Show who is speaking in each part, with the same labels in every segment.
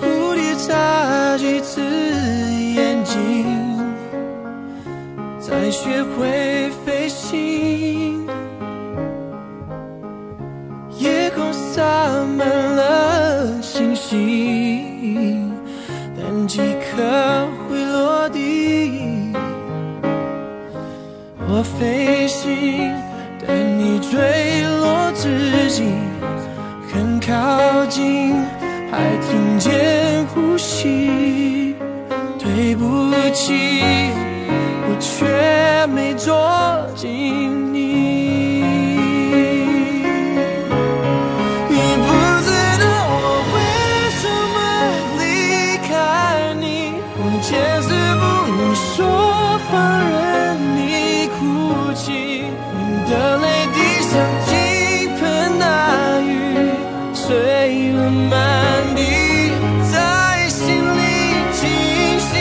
Speaker 1: 蝴蝶眨几次眼睛，才学会飞行。夜空洒满了星星，但几颗会落地。我飞行，但你坠落至今。很靠近，还听见呼吸。对不起，我却没捉紧你。你不知道我为什么离开你，我坚持不能说放任你哭泣，你的泪滴像倾盆大雨，碎了满地。在心里清晰，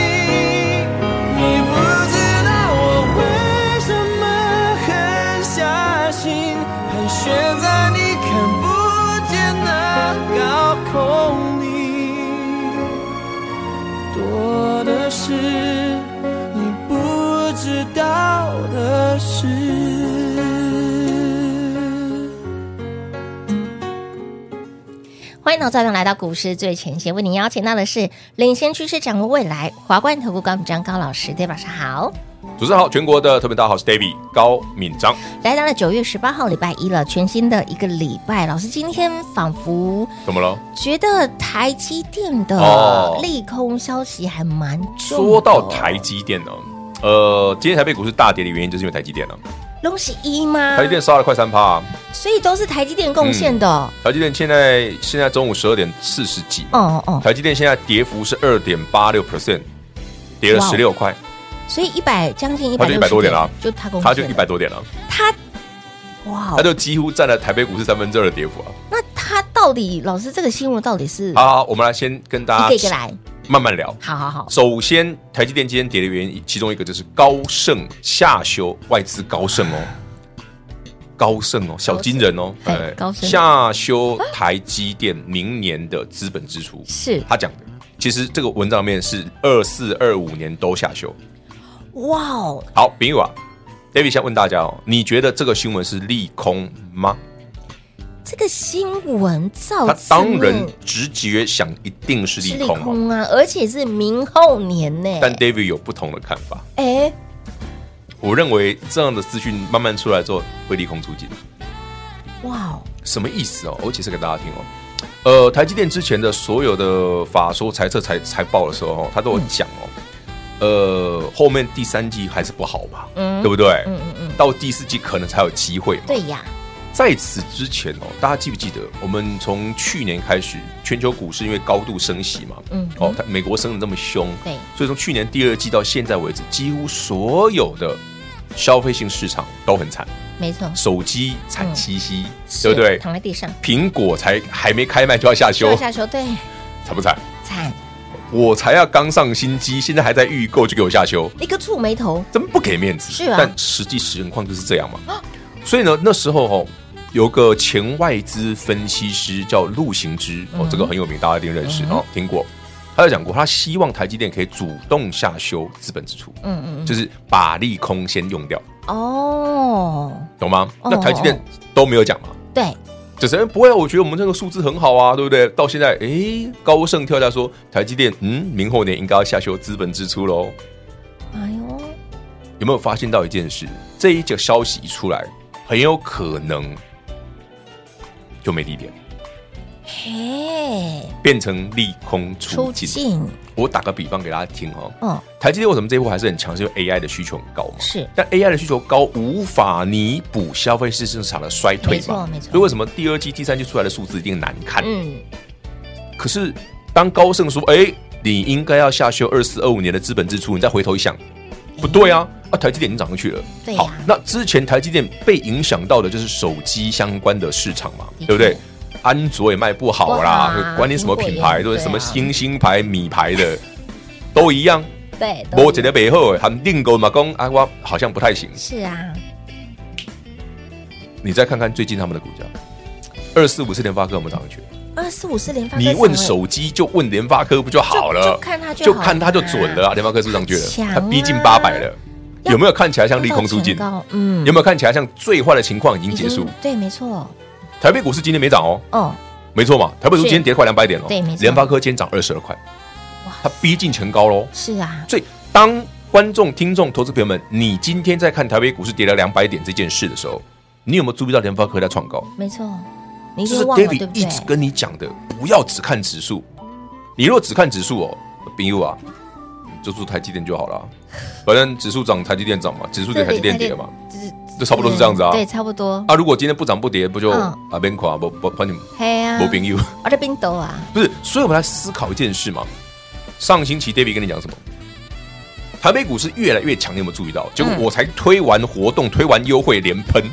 Speaker 1: 你不知道我为什么狠下心，盘旋在你看不见的高空里，多的是你不知道的事。
Speaker 2: 欢迎投资朋友来到股市最前线，为您邀请到的是领先趋势、掌握未来华冠投顾高敏章高老师，大家晚上好。
Speaker 3: 主持人好，全国的特别大家好，我是 David 高敏章。
Speaker 2: 来到了九月十八号礼拜一了，全新的一个礼拜，老师今天仿佛
Speaker 3: 怎么了？
Speaker 2: 觉得台积电的
Speaker 3: 哦
Speaker 2: 利空消息还蛮重的哦。
Speaker 3: 说到台积电呢，呃，今天台北股市大跌的原因就是因为台积电了、
Speaker 2: 东西一吗
Speaker 3: 台？积电杀了快三趴、啊，
Speaker 2: 所以都是台积电贡献的哦。
Speaker 3: 台积电现在现在中午十二点四十几嘛，
Speaker 2: 哦哦，
Speaker 3: 台积电现在跌幅是二点八六 percent，跌了
Speaker 2: 哇哦
Speaker 3: 十六块，
Speaker 2: 所以一百将近一
Speaker 3: 它
Speaker 2: 百
Speaker 3: 就100多点了啊
Speaker 2: 就它贡献，
Speaker 3: 它就一百，多呃点了，
Speaker 2: 它哇哦
Speaker 3: 它，就几乎占了台北股市三分之二的跌幅啊。
Speaker 2: 那它到底老师这个新闻到底是
Speaker 3: 好啊好，我们来先跟
Speaker 2: 嗯一
Speaker 3: 大
Speaker 2: 个一个
Speaker 3: 家
Speaker 2: 来？
Speaker 3: 慢慢聊。
Speaker 2: 好好好，
Speaker 3: 首先，台积电今天跌的原因，其中一个就是高盛下修外资高盛哦，高盛哦，小金人哦，
Speaker 2: 对哎高盛
Speaker 3: 下修台积电明年的资本支出，
Speaker 2: 是
Speaker 3: 他讲的。其实这个文章里面是二四二五年都下修。
Speaker 2: 哇哦，
Speaker 3: 好，比友啊，David 想问大家哦，你觉得这个新闻是利空吗？
Speaker 2: 这个新闻造
Speaker 3: 他当
Speaker 2: 成
Speaker 3: 然直觉想一定是
Speaker 2: 哦是
Speaker 3: 利
Speaker 2: 利
Speaker 3: 空哦，
Speaker 2: 空啊，而且是明后年呢。
Speaker 3: 但 David 有不同的看法。
Speaker 2: 哎，
Speaker 3: 我认为这样的资讯慢慢出来之后，会利空出尽。
Speaker 2: 哇哦，
Speaker 3: 什么意思哦？我解释给大家听哦。呃，台积电之前的所有的法说财测财财报的时候、哦，他都有讲哦。呃，后面第三季还是不好嘛，
Speaker 2: 嗯
Speaker 3: 对不对？
Speaker 2: 嗯嗯嗯，
Speaker 3: 到第四季可能才有机会嘛。
Speaker 2: 对呀，
Speaker 3: 在此之前哦，大家记不记得我们从去年开始，全球股市因为高度升息嘛，
Speaker 2: 嗯
Speaker 3: 哦，它美国升的那么凶，
Speaker 2: 对
Speaker 3: 所以从去年第二季到现在为止，几乎所有的消费性市场都很惨，
Speaker 2: 没错，
Speaker 3: 手机惨兮兮，
Speaker 2: 嗯是
Speaker 3: 对不对？
Speaker 2: 躺在地上，
Speaker 3: 苹果才还没开卖就要下修
Speaker 2: 上，下球，对，
Speaker 3: 惨不惨？
Speaker 2: 惨，
Speaker 3: 我才要刚上新机，现在还在预购就给我下修，
Speaker 2: 一个触眉头，
Speaker 3: 真不给面子。
Speaker 2: 是啊
Speaker 3: 但实际情况就是这样嘛。所以呢，那时候哦，有个前外资分析师叫陆行之，
Speaker 2: 嗯
Speaker 3: 哦，这个很有名，大家一定认识哦，听过。他就讲过，他希望台积电可以主动下修资本支出，
Speaker 2: 嗯嗯
Speaker 3: 就是把利空先用掉，
Speaker 2: 嗯，哦，
Speaker 3: 懂吗？
Speaker 2: 哦
Speaker 3: 那台积电都没有讲嘛，
Speaker 2: 对，
Speaker 3: 就是哎不会啊，我觉得我们这个数字很好啊，对不对？到现在，哎，高盛跳下说台积电，嗯，明后年应该要下修资本支出喽。
Speaker 2: 哎呦，
Speaker 3: 有没有发现到一件事？这一个消息一出来，很有可能就没利点，
Speaker 2: 嘿，
Speaker 3: 变成利空
Speaker 2: 出
Speaker 3: 出尽。
Speaker 2: 镜，
Speaker 3: 我打个比方给大家听哦，
Speaker 2: 哦，
Speaker 3: 台积电为什么这一波还是很强？是因为 AI 的需求很高嘛？
Speaker 2: 是
Speaker 3: 但 AI 的需求高，无法弥补消费市市场的衰退
Speaker 2: 没错
Speaker 3: 嘛？
Speaker 2: 没错
Speaker 3: 所以为什么第二季、第三季出来的数字一定难看？
Speaker 2: 嗯，
Speaker 3: 可是当高盛说：“哎、你应该要下修二四二五年的资本支出，你再回头一想，不对啊，啊，台积电已经涨上去了。
Speaker 2: 哎对呀啊
Speaker 3: 好，那之前台积电被影响到的就是手机相关的市场嘛，
Speaker 2: 的确
Speaker 3: 对不对？安卓也卖不好
Speaker 2: 不好啊
Speaker 3: 啦，管你什么品牌，
Speaker 2: 苹果
Speaker 3: 对不
Speaker 2: 也
Speaker 3: 对？什么
Speaker 2: 对啊
Speaker 3: 星星牌、米牌的都一样。
Speaker 2: 对，都
Speaker 3: 我一个背后含订购嘛，讲啊，我好像不太行。
Speaker 2: 是啊，
Speaker 3: 你再看看最近他们的股价，二四五四联发科有没有涨上去？
Speaker 2: 二四五四联发科
Speaker 3: 你
Speaker 2: 怎
Speaker 3: 问
Speaker 2: 么
Speaker 3: 手机就问联发科不就好
Speaker 2: 就
Speaker 3: 了？
Speaker 2: 就看它就
Speaker 3: 就
Speaker 2: 好
Speaker 3: 看它就
Speaker 2: 啦
Speaker 3: 准了啊！联发科是不是上去
Speaker 2: 强
Speaker 3: 了，
Speaker 2: 啊
Speaker 3: 它逼近八百了，
Speaker 2: 要
Speaker 3: 有没有看起来像利空出
Speaker 2: 出
Speaker 3: 尽？
Speaker 2: 嗯，
Speaker 3: 有没有看起来像最坏的情况已经结束
Speaker 2: 已经？对，没错，
Speaker 3: 台北股市今天没涨哦，
Speaker 2: 哦，
Speaker 3: 没错嘛，台北股市
Speaker 2: 是
Speaker 3: 今天跌快两百点哦，
Speaker 2: 对没错
Speaker 3: 联发科今天涨二十二块，它逼近前高喽。
Speaker 2: 是啊，
Speaker 3: 所以当观众、听众、投资朋友们，你今天在看台北股市跌了两百点这件事的时候，你有没有注意到联发科在创高？
Speaker 2: 没错，你一
Speaker 3: 这
Speaker 2: 定
Speaker 3: 是
Speaker 2: 忘了对
Speaker 3: David
Speaker 2: 不
Speaker 3: 一
Speaker 2: 对？
Speaker 3: 直跟你讲的，不要只看指数。你若只看指数哦，朋友啊，就做台积电就好了。反正指数涨，台积电涨嘛；指数跌，台积电跌嘛。
Speaker 2: 就是嗯
Speaker 3: 这差不多是这样子啊
Speaker 2: 对，差不多。
Speaker 3: 啊，如果今天不涨不跌，不就
Speaker 2: 嗯
Speaker 3: 啊边垮不不不你们
Speaker 2: 嘿啊，
Speaker 3: 不朋友？
Speaker 2: 我这边抖啊，
Speaker 3: 不是，所以我们来思考一件事嘛。上星期 David 跟你讲什么？台北股市越来越强，你有没有注意到？结果我才推完活动，推完优惠连喷，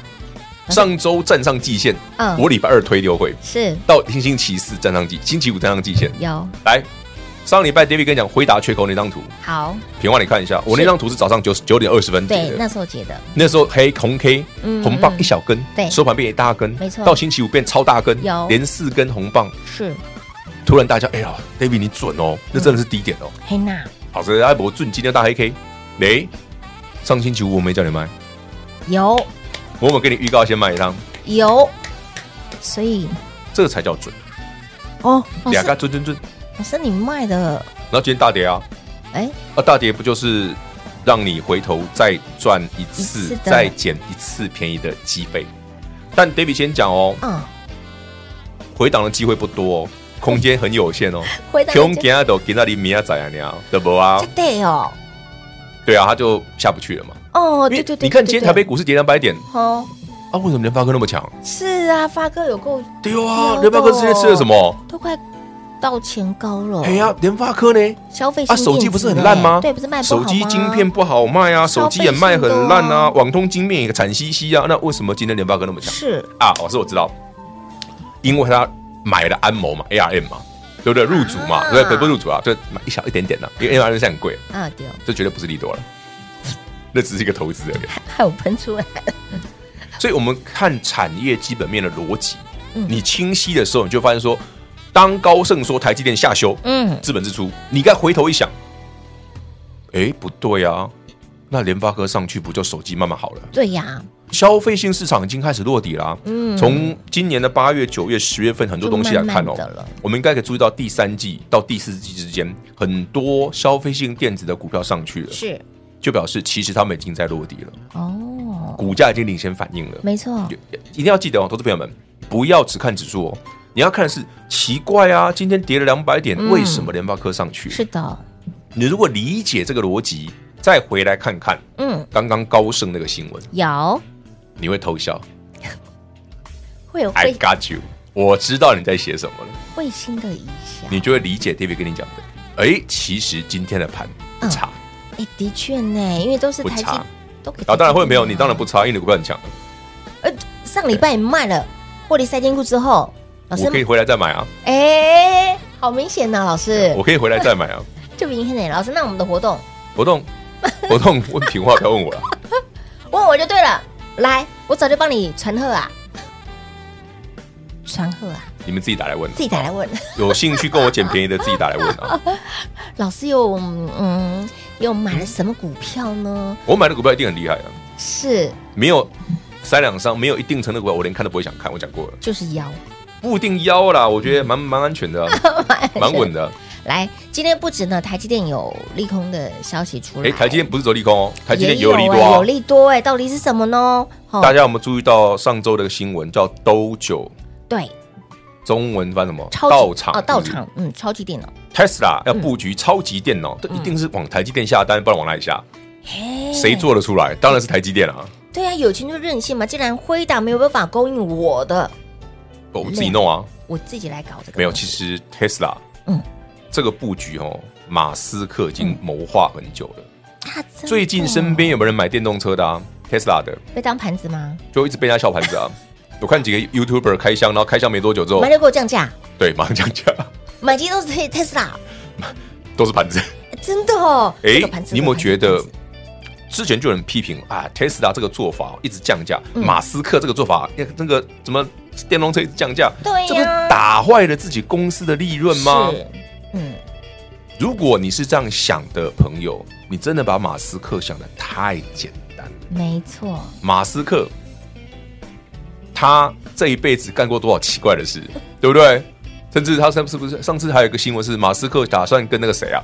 Speaker 3: 上周站上季线，
Speaker 2: 嗯
Speaker 3: 我礼拜二推优惠，
Speaker 2: 是
Speaker 3: 到星期四站上季，星期五站上季线。
Speaker 2: 有
Speaker 3: 来，上礼拜 David 跟你讲回答缺口那张图，
Speaker 2: 好，
Speaker 3: 平话你看一下，我
Speaker 2: 是
Speaker 3: 那张图是早上九九点二十分
Speaker 2: 对
Speaker 3: 截，
Speaker 2: 那
Speaker 3: 的，
Speaker 2: 时候觉得
Speaker 3: 那时候黑红 K
Speaker 2: 嗯
Speaker 3: 红棒一小根，
Speaker 2: 对
Speaker 3: 收盘变一大根，
Speaker 2: 没错
Speaker 3: 到星期五变超大根
Speaker 2: 有，
Speaker 3: 连四根红棒，
Speaker 2: 是
Speaker 3: 突然大家哎呀，David 你准哦，
Speaker 2: 嗯
Speaker 3: 那真的是低点哦，
Speaker 2: 黑娜，
Speaker 3: 好，所以哎阿伯准今天大黑 K，哎，上星期五我没叫你卖，
Speaker 2: 有
Speaker 3: 我有给你预告先卖一张，
Speaker 2: 有，所以
Speaker 3: 这个才叫准，
Speaker 2: 哦，老
Speaker 3: 两个
Speaker 2: 师
Speaker 3: 准准准，
Speaker 2: 老师你卖的
Speaker 3: 然后今天大跌啊，
Speaker 2: 哎
Speaker 3: 啊大跌不就是让你回头再赚一次，
Speaker 2: 一次的
Speaker 3: 再捡一次便宜的机会？但 David 先讲哦，
Speaker 2: 嗯，
Speaker 3: 回档的机会不多哦，空间很有限哦。
Speaker 2: 回答
Speaker 3: 熊
Speaker 2: 就
Speaker 3: 今仔都今仔你明仔载啊，你啊，对不啊
Speaker 2: 就？对哦
Speaker 3: 对啊，他就下不去了嘛。
Speaker 2: 哦，
Speaker 3: 因
Speaker 2: 对
Speaker 3: 为
Speaker 2: 对对，
Speaker 3: 你看
Speaker 2: 对
Speaker 3: 今天
Speaker 2: 对
Speaker 3: 台北股市跌两百点
Speaker 2: 哦，
Speaker 3: 啊，为什么联发科那么强？
Speaker 2: 是啊，发哥有够对
Speaker 3: 对啊，
Speaker 2: 哦
Speaker 3: 联发科之前吃了什么？
Speaker 2: 都快到前高了，
Speaker 3: 哎呀，联发科呢？
Speaker 2: 消费性
Speaker 3: 啊，手机
Speaker 2: 电
Speaker 3: 不是
Speaker 2: 子
Speaker 3: 很烂
Speaker 2: 哎
Speaker 3: 吗？
Speaker 2: 对，不是卖不好
Speaker 3: 手
Speaker 2: 吗
Speaker 3: 机晶片不好卖啊，
Speaker 2: 消
Speaker 3: 手
Speaker 2: 费
Speaker 3: 机也卖很烂
Speaker 2: 性多啊
Speaker 3: 啊，网通晶片也惨兮兮啊。那为什么今天联发科那么强？
Speaker 2: 是
Speaker 3: 啊，老师我知道，因为他买了安谋嘛，ARM 嘛，对不对？入主嘛，
Speaker 2: 啊
Speaker 3: 对不对，不是入主啊，就买一小一点点啦，因为 ARM 现在很贵，
Speaker 2: 啊，对哦，
Speaker 3: 这绝对不是利多了， 那只是一个投资而已。
Speaker 2: 害我喷出来，
Speaker 3: 所以我们看产业基本面的逻辑，
Speaker 2: 嗯
Speaker 3: 你清晰的时候，你就发现说，当高盛说台积电下修，
Speaker 2: 嗯，
Speaker 3: 资本支出，你该回头一想，哎，不对啊，那联发科上去不就手机慢慢好了？
Speaker 2: 对呀，
Speaker 3: 消费性市场已经开始落底啦、啊
Speaker 2: 嗯
Speaker 3: 从今年的八月、九月、十月份，很多东西来看
Speaker 2: 就
Speaker 3: 哦，
Speaker 2: 慢慢的了
Speaker 3: 我们应该可以注意到第三季到第四季之间，很多消费性电子的股票上去了，
Speaker 2: 是
Speaker 3: 就表示其实他们已经在落底了，
Speaker 2: 哦，
Speaker 3: 股价已经领先反应了。
Speaker 2: 没错，
Speaker 3: 一定要记得哦，投资朋友们，不要只看指数哦，你要看的是奇怪啊，今天跌了两百点，为什么联发科上去了？
Speaker 2: 嗯是的，
Speaker 3: 你如果理解这个逻辑，再回来看看
Speaker 2: 嗯，
Speaker 3: 刚刚高盛那个新闻，
Speaker 2: 有
Speaker 3: 你会偷笑。
Speaker 2: 会有
Speaker 3: I
Speaker 2: 会
Speaker 3: got you，我知道你在写什么了，
Speaker 2: 会心的一笑，
Speaker 3: 你就会理解 David 跟你讲的。哎，其实今天的盘不差，
Speaker 2: 哎，的确呢，因为都是
Speaker 3: 嗯不
Speaker 2: 台积
Speaker 3: 差
Speaker 2: 都给
Speaker 3: 啊，当然会没有，
Speaker 2: 台积
Speaker 3: 你
Speaker 2: 电啊
Speaker 3: 当然不差，因为你股票很强，
Speaker 2: 上礼拜卖了，获利塞金库之后，老
Speaker 3: 我可以
Speaker 2: 师，
Speaker 3: 回来再买啊，
Speaker 2: 哎，好明显呐，老师
Speaker 3: 我，可以回来再买 啊。
Speaker 2: 就明显呢，老师，那我们的活动
Speaker 3: 活动，活动，问平话不要问我了，
Speaker 2: 问我就对了，来，我早就帮你传贺啊，传贺啊，
Speaker 3: 你们自己打来问。
Speaker 2: 自己打来问。
Speaker 3: 有兴趣跟我捡便宜的，自己打来问啊。
Speaker 2: 老师又嗯又买了什么股票呢？
Speaker 3: 我买的股票一定很厉害啊，
Speaker 2: 是
Speaker 3: 没有三两商，没有一定程度的股票，我连看都不会想看。我讲过了，
Speaker 2: 就是腰
Speaker 3: 不一定腰啦，我觉得蛮蛮安全的啊， 蛮稳的啊。
Speaker 2: 来，今天不止呢，台积电有利空的消息出来，
Speaker 3: 哎，台积电不是走利空哦，台积电也
Speaker 2: 有
Speaker 3: 有利多
Speaker 2: 哎
Speaker 3: 啊
Speaker 2: 有。利多哎，到底是什么呢？哦
Speaker 3: 大家有没有注意到上周的新闻叫“兜九
Speaker 2: 对”，
Speaker 3: 中文翻什么？
Speaker 2: 超级
Speaker 3: 道场
Speaker 2: 哦，到场嗯，超级电脑，
Speaker 3: Tesla 要布局超级电
Speaker 2: 嗯
Speaker 3: 脑，这一定是往台积电下单，不然往哪里下？
Speaker 2: 哎嘿
Speaker 3: 谁？做得出来？当然是台积电啊！
Speaker 2: 对啊，有钱就任性嘛，既然辉达没有办法供应我的，哎
Speaker 3: 我自己弄啊，
Speaker 2: 我自己来搞这个。
Speaker 3: 没有。其实 Tesla
Speaker 2: 嗯
Speaker 3: 这个布局哦，马斯克已经谋划很久了。
Speaker 2: 啊真的
Speaker 3: 最近身边有没有人买电动车的啊？Tesla 的，
Speaker 2: 被当盘子吗？
Speaker 3: 就一直被人家笑盘 子啊。我看几个 YouTuber 开箱，然后开箱没多久之后
Speaker 2: 买，了给我降价，
Speaker 3: 对，马上降价，
Speaker 2: 满街都是 Te- Tesla，
Speaker 3: 都是盘子。
Speaker 2: 真的哦。
Speaker 3: 哎
Speaker 2: 这个盘子，
Speaker 3: 你有没有觉？
Speaker 2: 这个
Speaker 3: 得
Speaker 2: 盘子
Speaker 3: 之前就有人批评啊，Tesla 这个做法一直降价，
Speaker 2: 嗯
Speaker 3: 马斯克这个做法，哎那个那个怎么电动车一直降价？
Speaker 2: 对呀
Speaker 3: 这不是打坏了自己公司的利润吗？
Speaker 2: 是，嗯，
Speaker 3: 如果你是这样想的朋友，你真的把马斯克想的太简单了。
Speaker 2: 没错，
Speaker 3: 马斯克他这一辈子干过多少奇怪的事， 对不对？甚至他上是不是上次还有一个新闻是马斯克打算跟那个谁啊，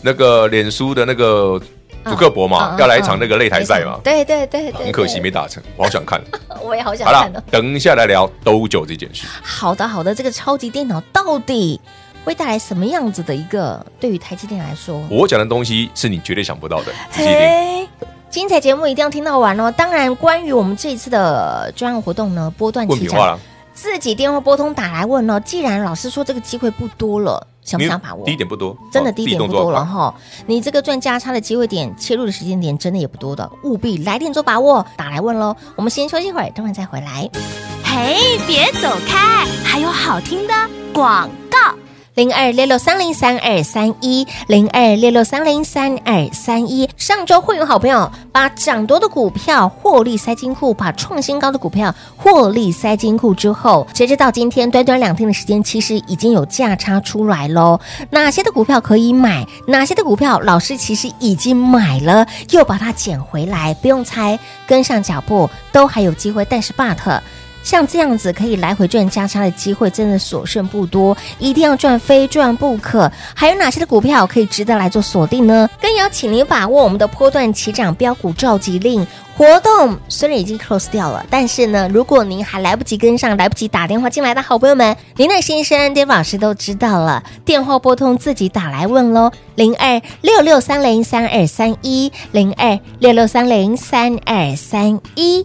Speaker 3: 那个脸书的那个祖克伯嘛，
Speaker 2: 嗯嗯
Speaker 3: 啊要来一场那个擂台赛嘛
Speaker 2: 嗯，对对对，对
Speaker 3: 很可惜，没打成，我好想看。
Speaker 2: 对我也好想
Speaker 3: 好
Speaker 2: 看哦
Speaker 3: 了。，等一下来聊兜九这件事。
Speaker 2: 好的，好的，这个超级电脑到底会带来什么样子的一个对于台积电来说？
Speaker 3: 我讲的东西是你绝对想不到的，自己听。
Speaker 2: 嘿，精彩节目一定要听到完哦！当然，关于我们这一次的专案活动呢，波段
Speaker 3: 问
Speaker 2: 起
Speaker 3: 平话
Speaker 2: 涨，
Speaker 3: 了，
Speaker 2: 自己电话拨通打来问哦。既然老师说这个机会不多了，想不想把握
Speaker 3: 第？一点不多，
Speaker 2: 真的
Speaker 3: 哦
Speaker 2: 低
Speaker 3: 自己
Speaker 2: 点
Speaker 3: 动
Speaker 2: 不
Speaker 3: 作
Speaker 2: 多了
Speaker 3: 快
Speaker 2: 哈，你这个赚价差的机会点、切入的时间点真的也不多的，务必来电做把握，打来问喽。我们先休息会儿，等会儿再回来。
Speaker 4: 嘿，别走开，还有好听的广告。
Speaker 2: 零二六六三零三二三一，零二六六三零三二三一。上周会员好朋友把涨多的股票获利塞金库，把创新高的股票获利塞金库之后，截止到今天短短两天的时间，其实已经有价差出来喽。哪些的股票可以买？哪些的股票老师其实已经买了，又把它捡回来？不用猜，跟上脚步都还有机会。但是 but。像这样子可以来回赚加差的机会，真的所剩不多，一定要赚，非赚不可。还有哪些的股票可以值得来做锁定呢？更要请您把握我们的波段起涨标股召集令活动，虽然已经 close 掉了，但是呢，如果您还来不及跟上，来不及打电话进来的好朋友们，您的先生 Dave 老师都知道了，电话拨通自己打来问喽，零二六六三零三二三一，零二六六三零三二三一。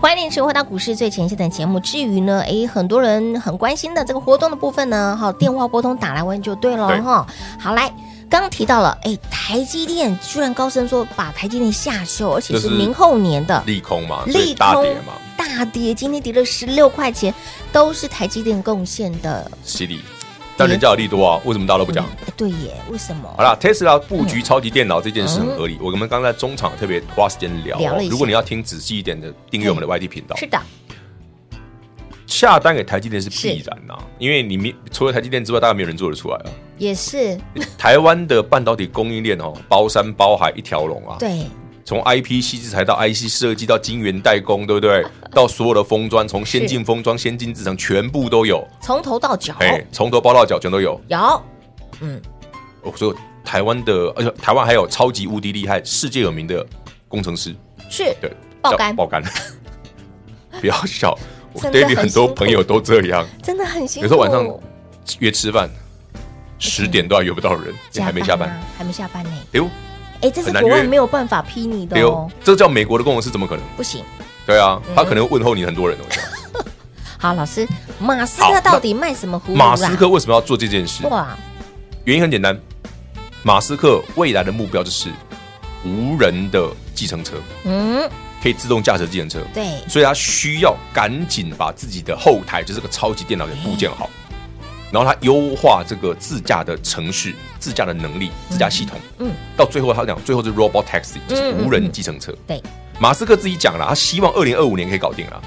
Speaker 2: 欢迎持续回到股市最前线的节目。至于呢，诶，很多人很关心的这个活动的部分呢，哈，电话拨通打来问就对了
Speaker 3: 对
Speaker 2: 哈。好，来，刚刚提到了，诶，台积电居然高盛说把台积电下修，而且是
Speaker 3: 就是
Speaker 2: 明后年的
Speaker 3: 利空嘛，所以
Speaker 2: 利
Speaker 3: 大
Speaker 2: 空
Speaker 3: 跌嘛，
Speaker 2: 大跌，今天跌了十六块钱，都是台积电贡献的。
Speaker 3: 犀利。但人家有利多啊，为什么大家都不讲？
Speaker 2: 嗯对耶，为什么？
Speaker 3: 好啦 t e s l a 布局超级电脑这件事很合理。我们刚才中场特别花时间
Speaker 2: 嗯
Speaker 3: 聊、
Speaker 2: 聊了一下，
Speaker 3: 哦如果你要听仔细一点的，订阅我们的 YT 频道。
Speaker 2: 是的，
Speaker 3: 哦下单给台积电是必然呐、因为你没除了台积电之外，大概没有人做得出来啊。
Speaker 2: 也是
Speaker 3: 台湾的半导体供应链哦，包山包海一条龙啊，
Speaker 2: 对，
Speaker 3: 从 IP 细制材到 IC 设计到晶圆代工，对不 对？到所有的封装，从先进封装、先进制程，全部都有，
Speaker 2: 从头到脚
Speaker 3: 哎、从头包到脚全都有。
Speaker 2: 有
Speaker 3: 哦，所以台湾的，而且台湾还有超级无敌厉害、世界有名的工程师，
Speaker 2: 是
Speaker 3: 对，
Speaker 2: 爆
Speaker 3: 叫
Speaker 2: 肝
Speaker 3: 爆肝， 不要笑，我
Speaker 2: 真的
Speaker 3: David
Speaker 2: 很
Speaker 3: 很
Speaker 2: 辛
Speaker 3: 多
Speaker 2: 苦
Speaker 3: 朋友都这样，
Speaker 2: 真的很辛苦。嗯
Speaker 3: 有时候晚上约吃饭，十点都还约不到人，你还没下班
Speaker 2: 啊，，还没下班呢。
Speaker 3: 哎呦，
Speaker 2: 哎，这是
Speaker 3: 很难
Speaker 2: 国外
Speaker 3: 约
Speaker 2: 没有办法批你的
Speaker 3: 哎
Speaker 2: 哦
Speaker 3: 呦，，这叫美国的工程师怎么可能？
Speaker 2: 不行。
Speaker 3: 对啊，他可能问候你很多人哦。这样
Speaker 2: 好，老师，马斯
Speaker 3: 好
Speaker 2: 克
Speaker 3: 那
Speaker 2: 到底卖什么葫芦
Speaker 3: 马
Speaker 2: 啦？
Speaker 3: 斯克为什么要做这件事？
Speaker 2: 哇，
Speaker 3: 原因很简单，马斯克未来的目标就是无人的计程车，
Speaker 2: 嗯，
Speaker 3: 可以自动驾驶的计程车。
Speaker 2: 对，
Speaker 3: 所以他需要赶紧把自己的后台，就是这个超级电脑给部件
Speaker 2: 哎
Speaker 3: 好，然后他优化这个自驾的程序、自驾的能力、自驾系统。
Speaker 2: 嗯
Speaker 3: 嗯，到最后他讲，最后是 robot taxi，就是
Speaker 2: 嗯嗯
Speaker 3: 无人计程车。
Speaker 2: 对，
Speaker 3: 马斯克自己讲了，他希望二零二五年可以搞定了。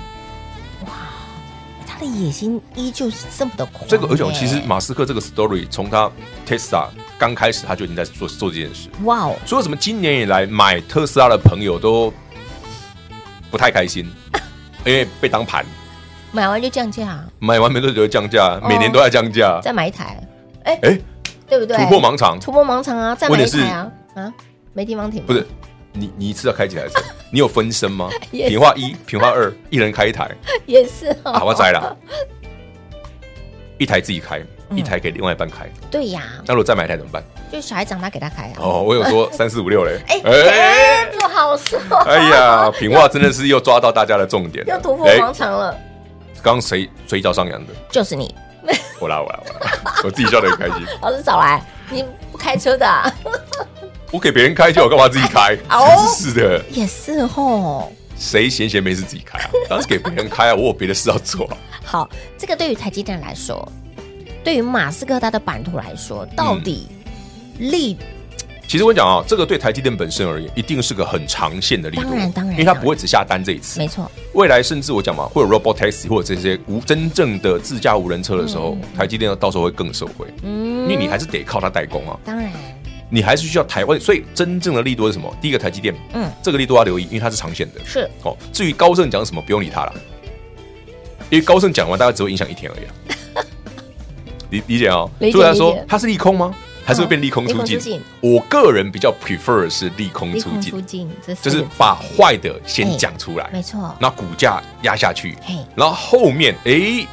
Speaker 2: 他的野心依旧是这么的哦狂耶。哎
Speaker 3: 这个而且其实马斯克这个 story 从他 Tesla 刚开始他就已经在做做这件事，
Speaker 2: 哇哦，
Speaker 3: 所以为什么今年以来买特斯拉的朋友都不太 开心，因为被当盘。
Speaker 2: 买完就降价，
Speaker 3: 买完没多久就降价，每年都在降价。
Speaker 2: 再买一台，哎
Speaker 3: 哎
Speaker 2: 哦对不对？
Speaker 3: 突破盲场，
Speaker 2: 突破盲场啊，再买一
Speaker 3: 问题是
Speaker 2: 台啊啊，没地方停。
Speaker 3: 不是，你你一次要开几台车？你有分身吗？
Speaker 2: Yes
Speaker 3: 平话一、平话 二，一人开一台，
Speaker 2: 也是
Speaker 3: 啊，
Speaker 2: 哦，
Speaker 3: 我栽了，一台自己开，
Speaker 2: 嗯
Speaker 3: 一台给另外一半开。
Speaker 2: 对呀，
Speaker 3: 那如果再买一台怎么办？
Speaker 2: 就是小孩长大给他开啊，
Speaker 3: 哦，我有 说三四五六嘞，
Speaker 2: 哎
Speaker 3: 哎
Speaker 2: 不好说，
Speaker 3: 哎呀，平话真的是又抓到大家的重点了，
Speaker 2: 又突破
Speaker 3: 哎
Speaker 2: 盲肠了，
Speaker 3: 刚刚谁谁找上扬的？
Speaker 2: 就是你，
Speaker 3: 我啦我啦我啦， 我自己笑得很开心。
Speaker 2: 老师找来，你不开车的啊，
Speaker 3: 我给别人开就我干嘛自己开？
Speaker 2: 哦
Speaker 3: 真是的，
Speaker 2: 也是哦。
Speaker 3: 谁闲闲没事自己开啊？当然是给别 人开啊，我有别的事要做啊。
Speaker 2: 好，这个对于台积电来说，对于马斯克他的版图来说，到底
Speaker 3: 嗯
Speaker 2: 利、
Speaker 3: 其实我跟你讲啊，这个对台积电本身而言，一定是个很长线的力度，啊
Speaker 2: 当然当然
Speaker 3: 因为它不会只下单这一次
Speaker 2: 没，错，
Speaker 3: 未来甚至我讲嘛，会有 robot taxi 或者这些无真正的自驾无人车的时候，台积电到时候会更受惠，
Speaker 2: 嗯
Speaker 3: 因为你还是得靠它代工啊，
Speaker 2: 当然
Speaker 3: 你还是需要台湾，所以真正的利多是什么？第一个台积电，
Speaker 2: 嗯
Speaker 3: 嗯，这个利多要留意，因为它是长线的。
Speaker 2: 是
Speaker 3: 哦，至于高盛讲什么，不用理他了，因为高盛讲完大概只会影响一天而已啊、 理理解哦，
Speaker 2: 理解
Speaker 3: 所以他说
Speaker 2: 理解嗯
Speaker 3: 它是利空吗？还是会变利空出
Speaker 2: 利空
Speaker 3: 尽？
Speaker 2: 出尽
Speaker 3: 我个人比较 prefer 的是利空
Speaker 2: 利
Speaker 3: 出
Speaker 2: 空
Speaker 3: 尽
Speaker 2: 出，尽，这
Speaker 3: 就
Speaker 2: 四个
Speaker 3: 是
Speaker 2: 字
Speaker 3: 把坏的先
Speaker 2: 哎
Speaker 3: 讲出来，
Speaker 2: 没错，哎
Speaker 3: 那股价压下去
Speaker 2: 嘿，
Speaker 3: 然后后面诶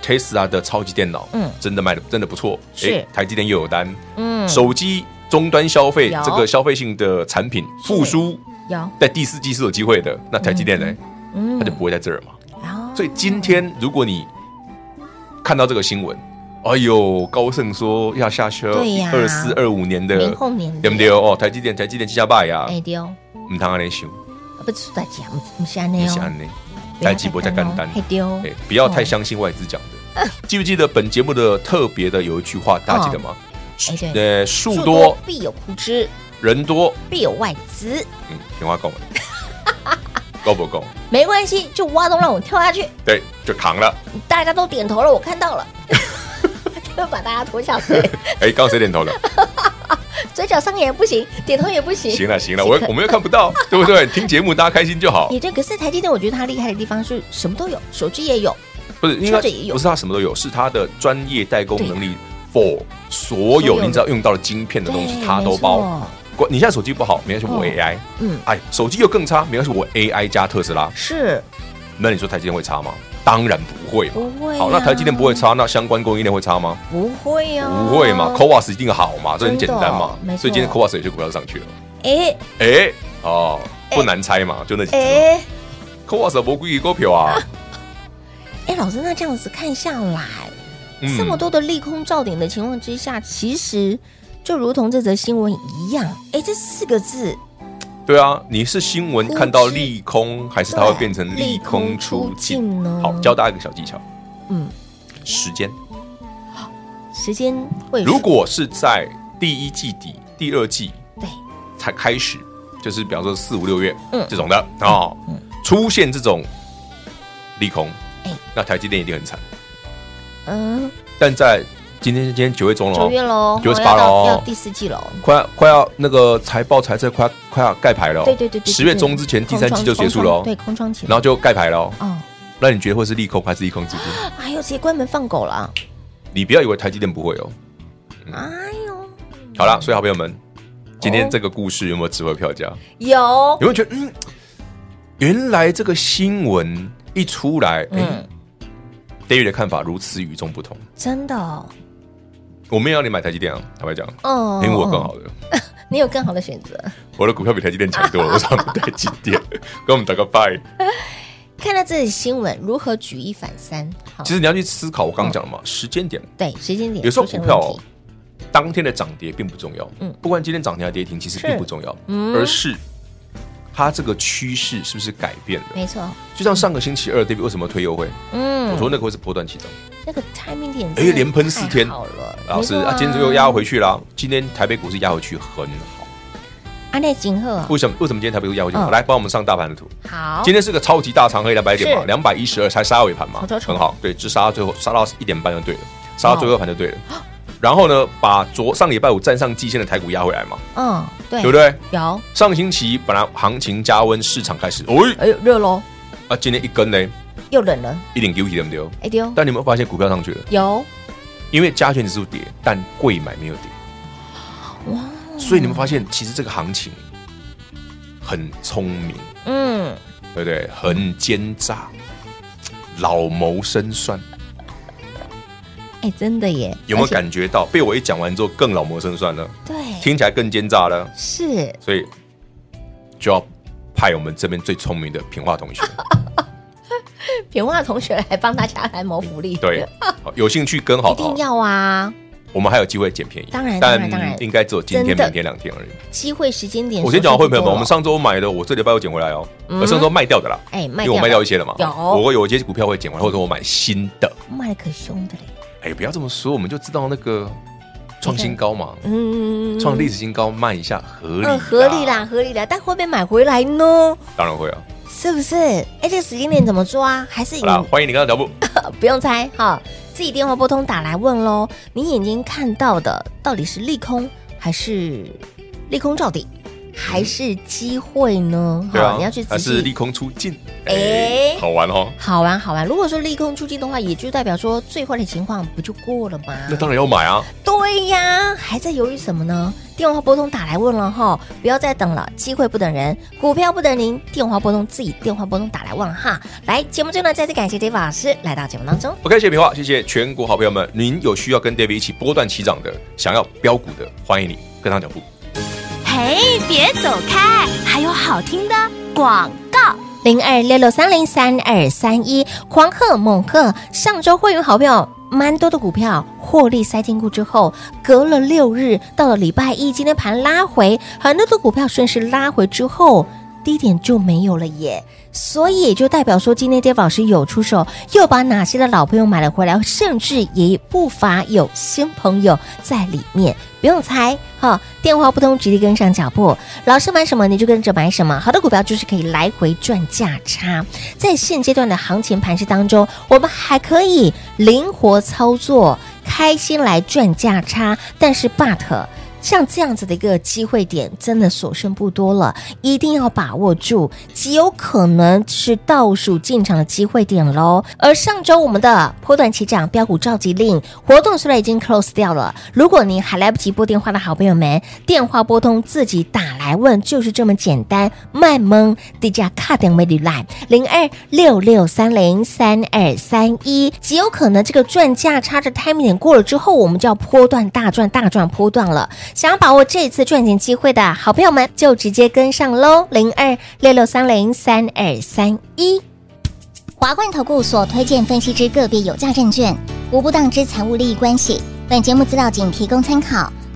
Speaker 3: t e s l a 的超级电脑，
Speaker 2: 嗯
Speaker 3: 嗯，真的卖的真的不错，
Speaker 2: 是
Speaker 3: 诶台积电又有单，
Speaker 2: 嗯，
Speaker 3: 手机终端消费
Speaker 2: 有
Speaker 3: 这个消费性的产品复苏，
Speaker 2: 有，
Speaker 3: 在第四季是有机会的，那台积电呢，
Speaker 2: 嗯
Speaker 3: 它就不会在这儿嘛。
Speaker 2: 然后
Speaker 3: 所以今天如果你看到这个新闻，哎呦，高盛说要下修
Speaker 2: 对呀
Speaker 3: 二四二五年的
Speaker 2: 明后年的
Speaker 3: 对不对？哦，台积电台积电下拜呀，
Speaker 2: 哎丢，啊
Speaker 3: 唔通安尼想，
Speaker 2: 不是在讲，不是安内
Speaker 3: 不
Speaker 2: 哦
Speaker 3: 是，安尼，台积不再简单
Speaker 2: 哎。丢
Speaker 3: 哎，，不要太相信外资讲
Speaker 2: 哎
Speaker 3: 的。记不记得本节目的特别的有一句话，大家记得吗？
Speaker 2: 哎对，
Speaker 3: 呃，树
Speaker 2: 树
Speaker 3: 多
Speaker 2: 必有枯枝，
Speaker 3: 人多，
Speaker 2: 必有外资，
Speaker 3: 嗯，平话 够了，够不够？
Speaker 2: 没关系，就挖洞让我跳下去，
Speaker 3: 对，就扛了。
Speaker 2: 大家都点头了，我看到了， 就把大家拖下水，
Speaker 3: 哎，刚刚谁点头了？
Speaker 2: 嘴角上扬不行，点头也不行，
Speaker 3: 行了行了，我我们又看不到，对不对？听节目大家开心就好。
Speaker 2: 也对，可是台积电，我觉得它厉害的地方是什么都有，手机也有，
Speaker 3: 不是，应该
Speaker 2: 车子也有
Speaker 3: 不是他什么都有，是他的专业代工能力 for
Speaker 2: 所
Speaker 3: 所
Speaker 2: 有
Speaker 3: 有
Speaker 2: 的
Speaker 3: 你只要用到的晶片的东西，他都包。关你现在手机不好，没关系，我
Speaker 2: 哦
Speaker 3: AI。
Speaker 2: 嗯，
Speaker 3: 哎，手机又更差，没关系，我 AI 加特斯拉。
Speaker 2: 是
Speaker 3: 那你说台积电会差吗？当然不会嘛。
Speaker 2: 不会啊、
Speaker 3: 好，那台积电不会差，那相关供应链会差吗？
Speaker 2: 不会哦呀、
Speaker 3: 不会嘛 c o w a s 一定好嘛，这很简
Speaker 2: 真的哦
Speaker 3: 单嘛
Speaker 2: 没。
Speaker 3: 所以今天
Speaker 2: 错
Speaker 3: c o w a s 有些股票就上去了。
Speaker 2: 哎
Speaker 3: 哎，哦，不难猜嘛，就那几只。
Speaker 2: 哎
Speaker 3: c o w a s 不贵股 票啊，
Speaker 2: 哎，老师，那这样子看下来，
Speaker 3: 嗯
Speaker 2: 这么多的利空照点的情况之下，其实就如同这则新闻一样，哎，这四个字
Speaker 3: 对啊，你是新闻看到利空，还是它会变成利空出
Speaker 2: 利
Speaker 3: 尽
Speaker 2: 空出尽呢
Speaker 3: 好，教大家一个小技巧，
Speaker 2: 嗯，
Speaker 3: 时间。
Speaker 2: 时间会
Speaker 3: 如果是在第一季底、第二季
Speaker 2: 对
Speaker 3: 才开始，就是比方说四五六月，
Speaker 2: 嗯
Speaker 3: 这种的哦，出现这种利空
Speaker 2: 哎，
Speaker 3: 那台积电一定很惨。
Speaker 2: 嗯
Speaker 3: 但在今天今天九月中了
Speaker 2: 九
Speaker 3: 哦，
Speaker 2: 月喽，
Speaker 3: 九月
Speaker 2: 好
Speaker 3: 十
Speaker 2: 要
Speaker 3: 八了
Speaker 2: 到要
Speaker 3: 哦
Speaker 2: 第四季喽，
Speaker 3: 快要快要那个财报财测快要快要盖牌了哦，
Speaker 2: 对对对对，
Speaker 3: 十月
Speaker 2: 对
Speaker 3: 中之前第
Speaker 2: 空
Speaker 3: 三
Speaker 2: 窗
Speaker 3: 季就结束了
Speaker 2: 空窗对，
Speaker 3: 哦，
Speaker 2: 空窗期，
Speaker 3: 然后就盖牌了哦。
Speaker 2: 哦，
Speaker 3: 那你觉得会是利空还是利 空之地？
Speaker 2: 哎呦，直接关门放狗了啊，
Speaker 3: 你不要以为台积电不会哦。
Speaker 2: 哎呦，
Speaker 3: 好
Speaker 2: 嗯
Speaker 3: 啦，所以好朋友们，今
Speaker 2: 哦
Speaker 3: 天这个故事有没有值回票价？
Speaker 2: 有
Speaker 3: 有没有觉得嗯，原来这个新闻一出来，哎、
Speaker 2: 嗯
Speaker 3: d a v i d 的看法如此与众不同。
Speaker 2: 真的哦，
Speaker 3: 我没有要你买台积电啊，坦白讲，
Speaker 2: 哦
Speaker 3: 因为我更，好的，
Speaker 2: 你有更好的选择。
Speaker 3: 我的股票比台积电强多了，我想买台积电， 跟我们打个拜。
Speaker 2: 看到这里新闻，如何举一反三？好
Speaker 3: 其，实你要去思考，我刚刚讲了嘛，时间点，
Speaker 2: 对时间点
Speaker 3: 有时候
Speaker 2: 出现
Speaker 3: 股票
Speaker 2: 问
Speaker 3: 哦
Speaker 2: 题，
Speaker 3: 当天的涨跌并不重要，
Speaker 2: 嗯
Speaker 3: 嗯，不管今天涨停还是跌停，其实
Speaker 2: 是
Speaker 3: 并不重要，
Speaker 2: 嗯
Speaker 3: 而是它这个趋势是不是改变了？
Speaker 2: 没错，
Speaker 3: 就像上个星期二，David 为什么推优惠？
Speaker 2: 嗯，
Speaker 3: 我说那个会是波段起涨，
Speaker 2: 那个 timing 点，
Speaker 3: 哎连喷四天
Speaker 2: 好了，
Speaker 3: 老师啊，今天又压回去啦。今天台北股市压回去很好，
Speaker 2: 阿内景鹤，
Speaker 3: 为什么？为什么今天台北股市压回去很好？
Speaker 2: 嗯
Speaker 3: 来帮我们上大盘的图。
Speaker 2: 好，
Speaker 3: 今天是个超级大长黑两百点嘛，
Speaker 2: 是
Speaker 3: 两百一十二才杀尾盘嘛
Speaker 2: 好超，长
Speaker 3: 很好。对，只杀到最后，杀到一点半就对了，杀到最后一盘就对了。然后呢，把昨上礼拜五站上季线的台股压回来嘛，
Speaker 2: 嗯，对，
Speaker 3: 对不对？
Speaker 2: 有，
Speaker 3: 上星期本来行情加温，市场开始，哎，
Speaker 2: 哎呦热喽，
Speaker 3: 啊，今天一根呢，
Speaker 2: 又冷了，
Speaker 3: 一点丢 u 对不对？
Speaker 2: 哎丢，
Speaker 3: 但你有没有发现股票上去了？
Speaker 2: 有
Speaker 3: 因为加权指数跌，但贵买没有跌。所以你们发现，其实这个行情很聪明，
Speaker 2: 嗯，
Speaker 3: 对不对？很奸诈，老谋深算，
Speaker 2: 哎，真的耶，
Speaker 3: 有没有
Speaker 2: 而且？
Speaker 3: 感觉到？被我一讲完之后，更老谋深算了，
Speaker 2: 对，
Speaker 3: 听起来更奸诈了，
Speaker 2: 是
Speaker 3: 所以就要派我们这边最聪明的平化同学。
Speaker 2: 平化同学来帮大家来谋福利，
Speaker 3: 对，哦好有兴趣跟好
Speaker 2: 一
Speaker 3: 不好
Speaker 2: 定？要啊！
Speaker 3: 我们还有机会捡便宜，
Speaker 2: 当然当然当然
Speaker 3: 但应该只有今天、
Speaker 2: 真的
Speaker 3: 明天两天而已。
Speaker 2: 机会时间点，
Speaker 3: 我先讲会朋友们，我们
Speaker 2: 上
Speaker 3: 上周买的，我这礼拜又捡回来哦，
Speaker 2: 嗯
Speaker 3: 我上周卖掉的啦，
Speaker 2: 哎卖掉
Speaker 3: 因为
Speaker 2: 了，
Speaker 3: 我卖掉一些了嘛，
Speaker 2: 有
Speaker 3: 我有一些股票会捡回来，或者我买新的。
Speaker 2: 卖的可凶的嘞，
Speaker 3: 哎，不要这么说，我们就知道那个创新高嘛，
Speaker 2: 嗯，
Speaker 3: 创历史新高，卖一下合理，
Speaker 2: 嗯合理啦，，合理啦，但会不会买回来呢？
Speaker 3: 当然会啊。
Speaker 2: 是不是？哎，这个时间点怎么抓？还是你
Speaker 3: 好啦，欢迎你跟他脚步，
Speaker 2: 不用猜哈，自己电话拨通打来问喽。你眼睛看到的到底是利空还是利空照底，还是机会呢？
Speaker 3: 对啊，
Speaker 2: 你要去仔
Speaker 3: 还是利
Speaker 2: 细。
Speaker 3: 空出尽，
Speaker 2: 哎
Speaker 3: 哎，好玩哦。
Speaker 2: 好玩好啊玩，如果说利空出尽的话，也就代表说最坏的情况不就过了吗？
Speaker 3: 那当然要买啊，
Speaker 2: 对呀，还在犹豫什么呢？电话拨通打来问了哈，不要再等了，机会不等人，股票不等您，电话拨通自己电话拨通打来问哈。来，节目最后呢，再次感谢 David 老师来到节目当中。
Speaker 3: OK，谢谢平话，谢谢全国好朋友们。您有需要跟 David 一起波段起涨的，想要标股的，欢迎你跟上脚步。
Speaker 4: 嘿，别走开，还有好听的广告。
Speaker 2: 零二六六三零三二三一狂贺猛贺！上周会员好朋友蛮多的股票获利塞进库之后，隔了六日，到了礼拜一，今天盘拉回，很多的股票顺势拉回之后，低点就没有了耶。所以也就代表说，今天 Dave 老师有出手，又把哪些的老朋友买了回来，甚至也不乏有新朋友在里面。不用猜哈，电话不通，直接跟上脚步。老师买什么你就跟着买什么，好的股票就是可以来回赚价差。在现阶段的行情盘势当中，我们还可以灵活操作，开心来赚价差。但是 but 像这样子的一个机会点，真的所剩不多了，一定要把握住，极有可能是倒数进场的机会点喽。而上周我们的波段起涨标股召集令活动虽然已经 close 掉了，如果您还来不及拨电话的好朋友们，电话拨通自己打来问，就是这么简单。卖萌低价卡点没里来零二六六三零三二三一，极有可能这个赚价差的 timing 点过了之后，我们就要波段大赚大赚波段了。想要把握这次赚钱机会的好朋友们，就直接跟上喽，零二六六三零三二三一。
Speaker 5: 华冠投顾所推荐分析之个别有价证券，无不当之财务利益关系。本节目资料仅提供参考，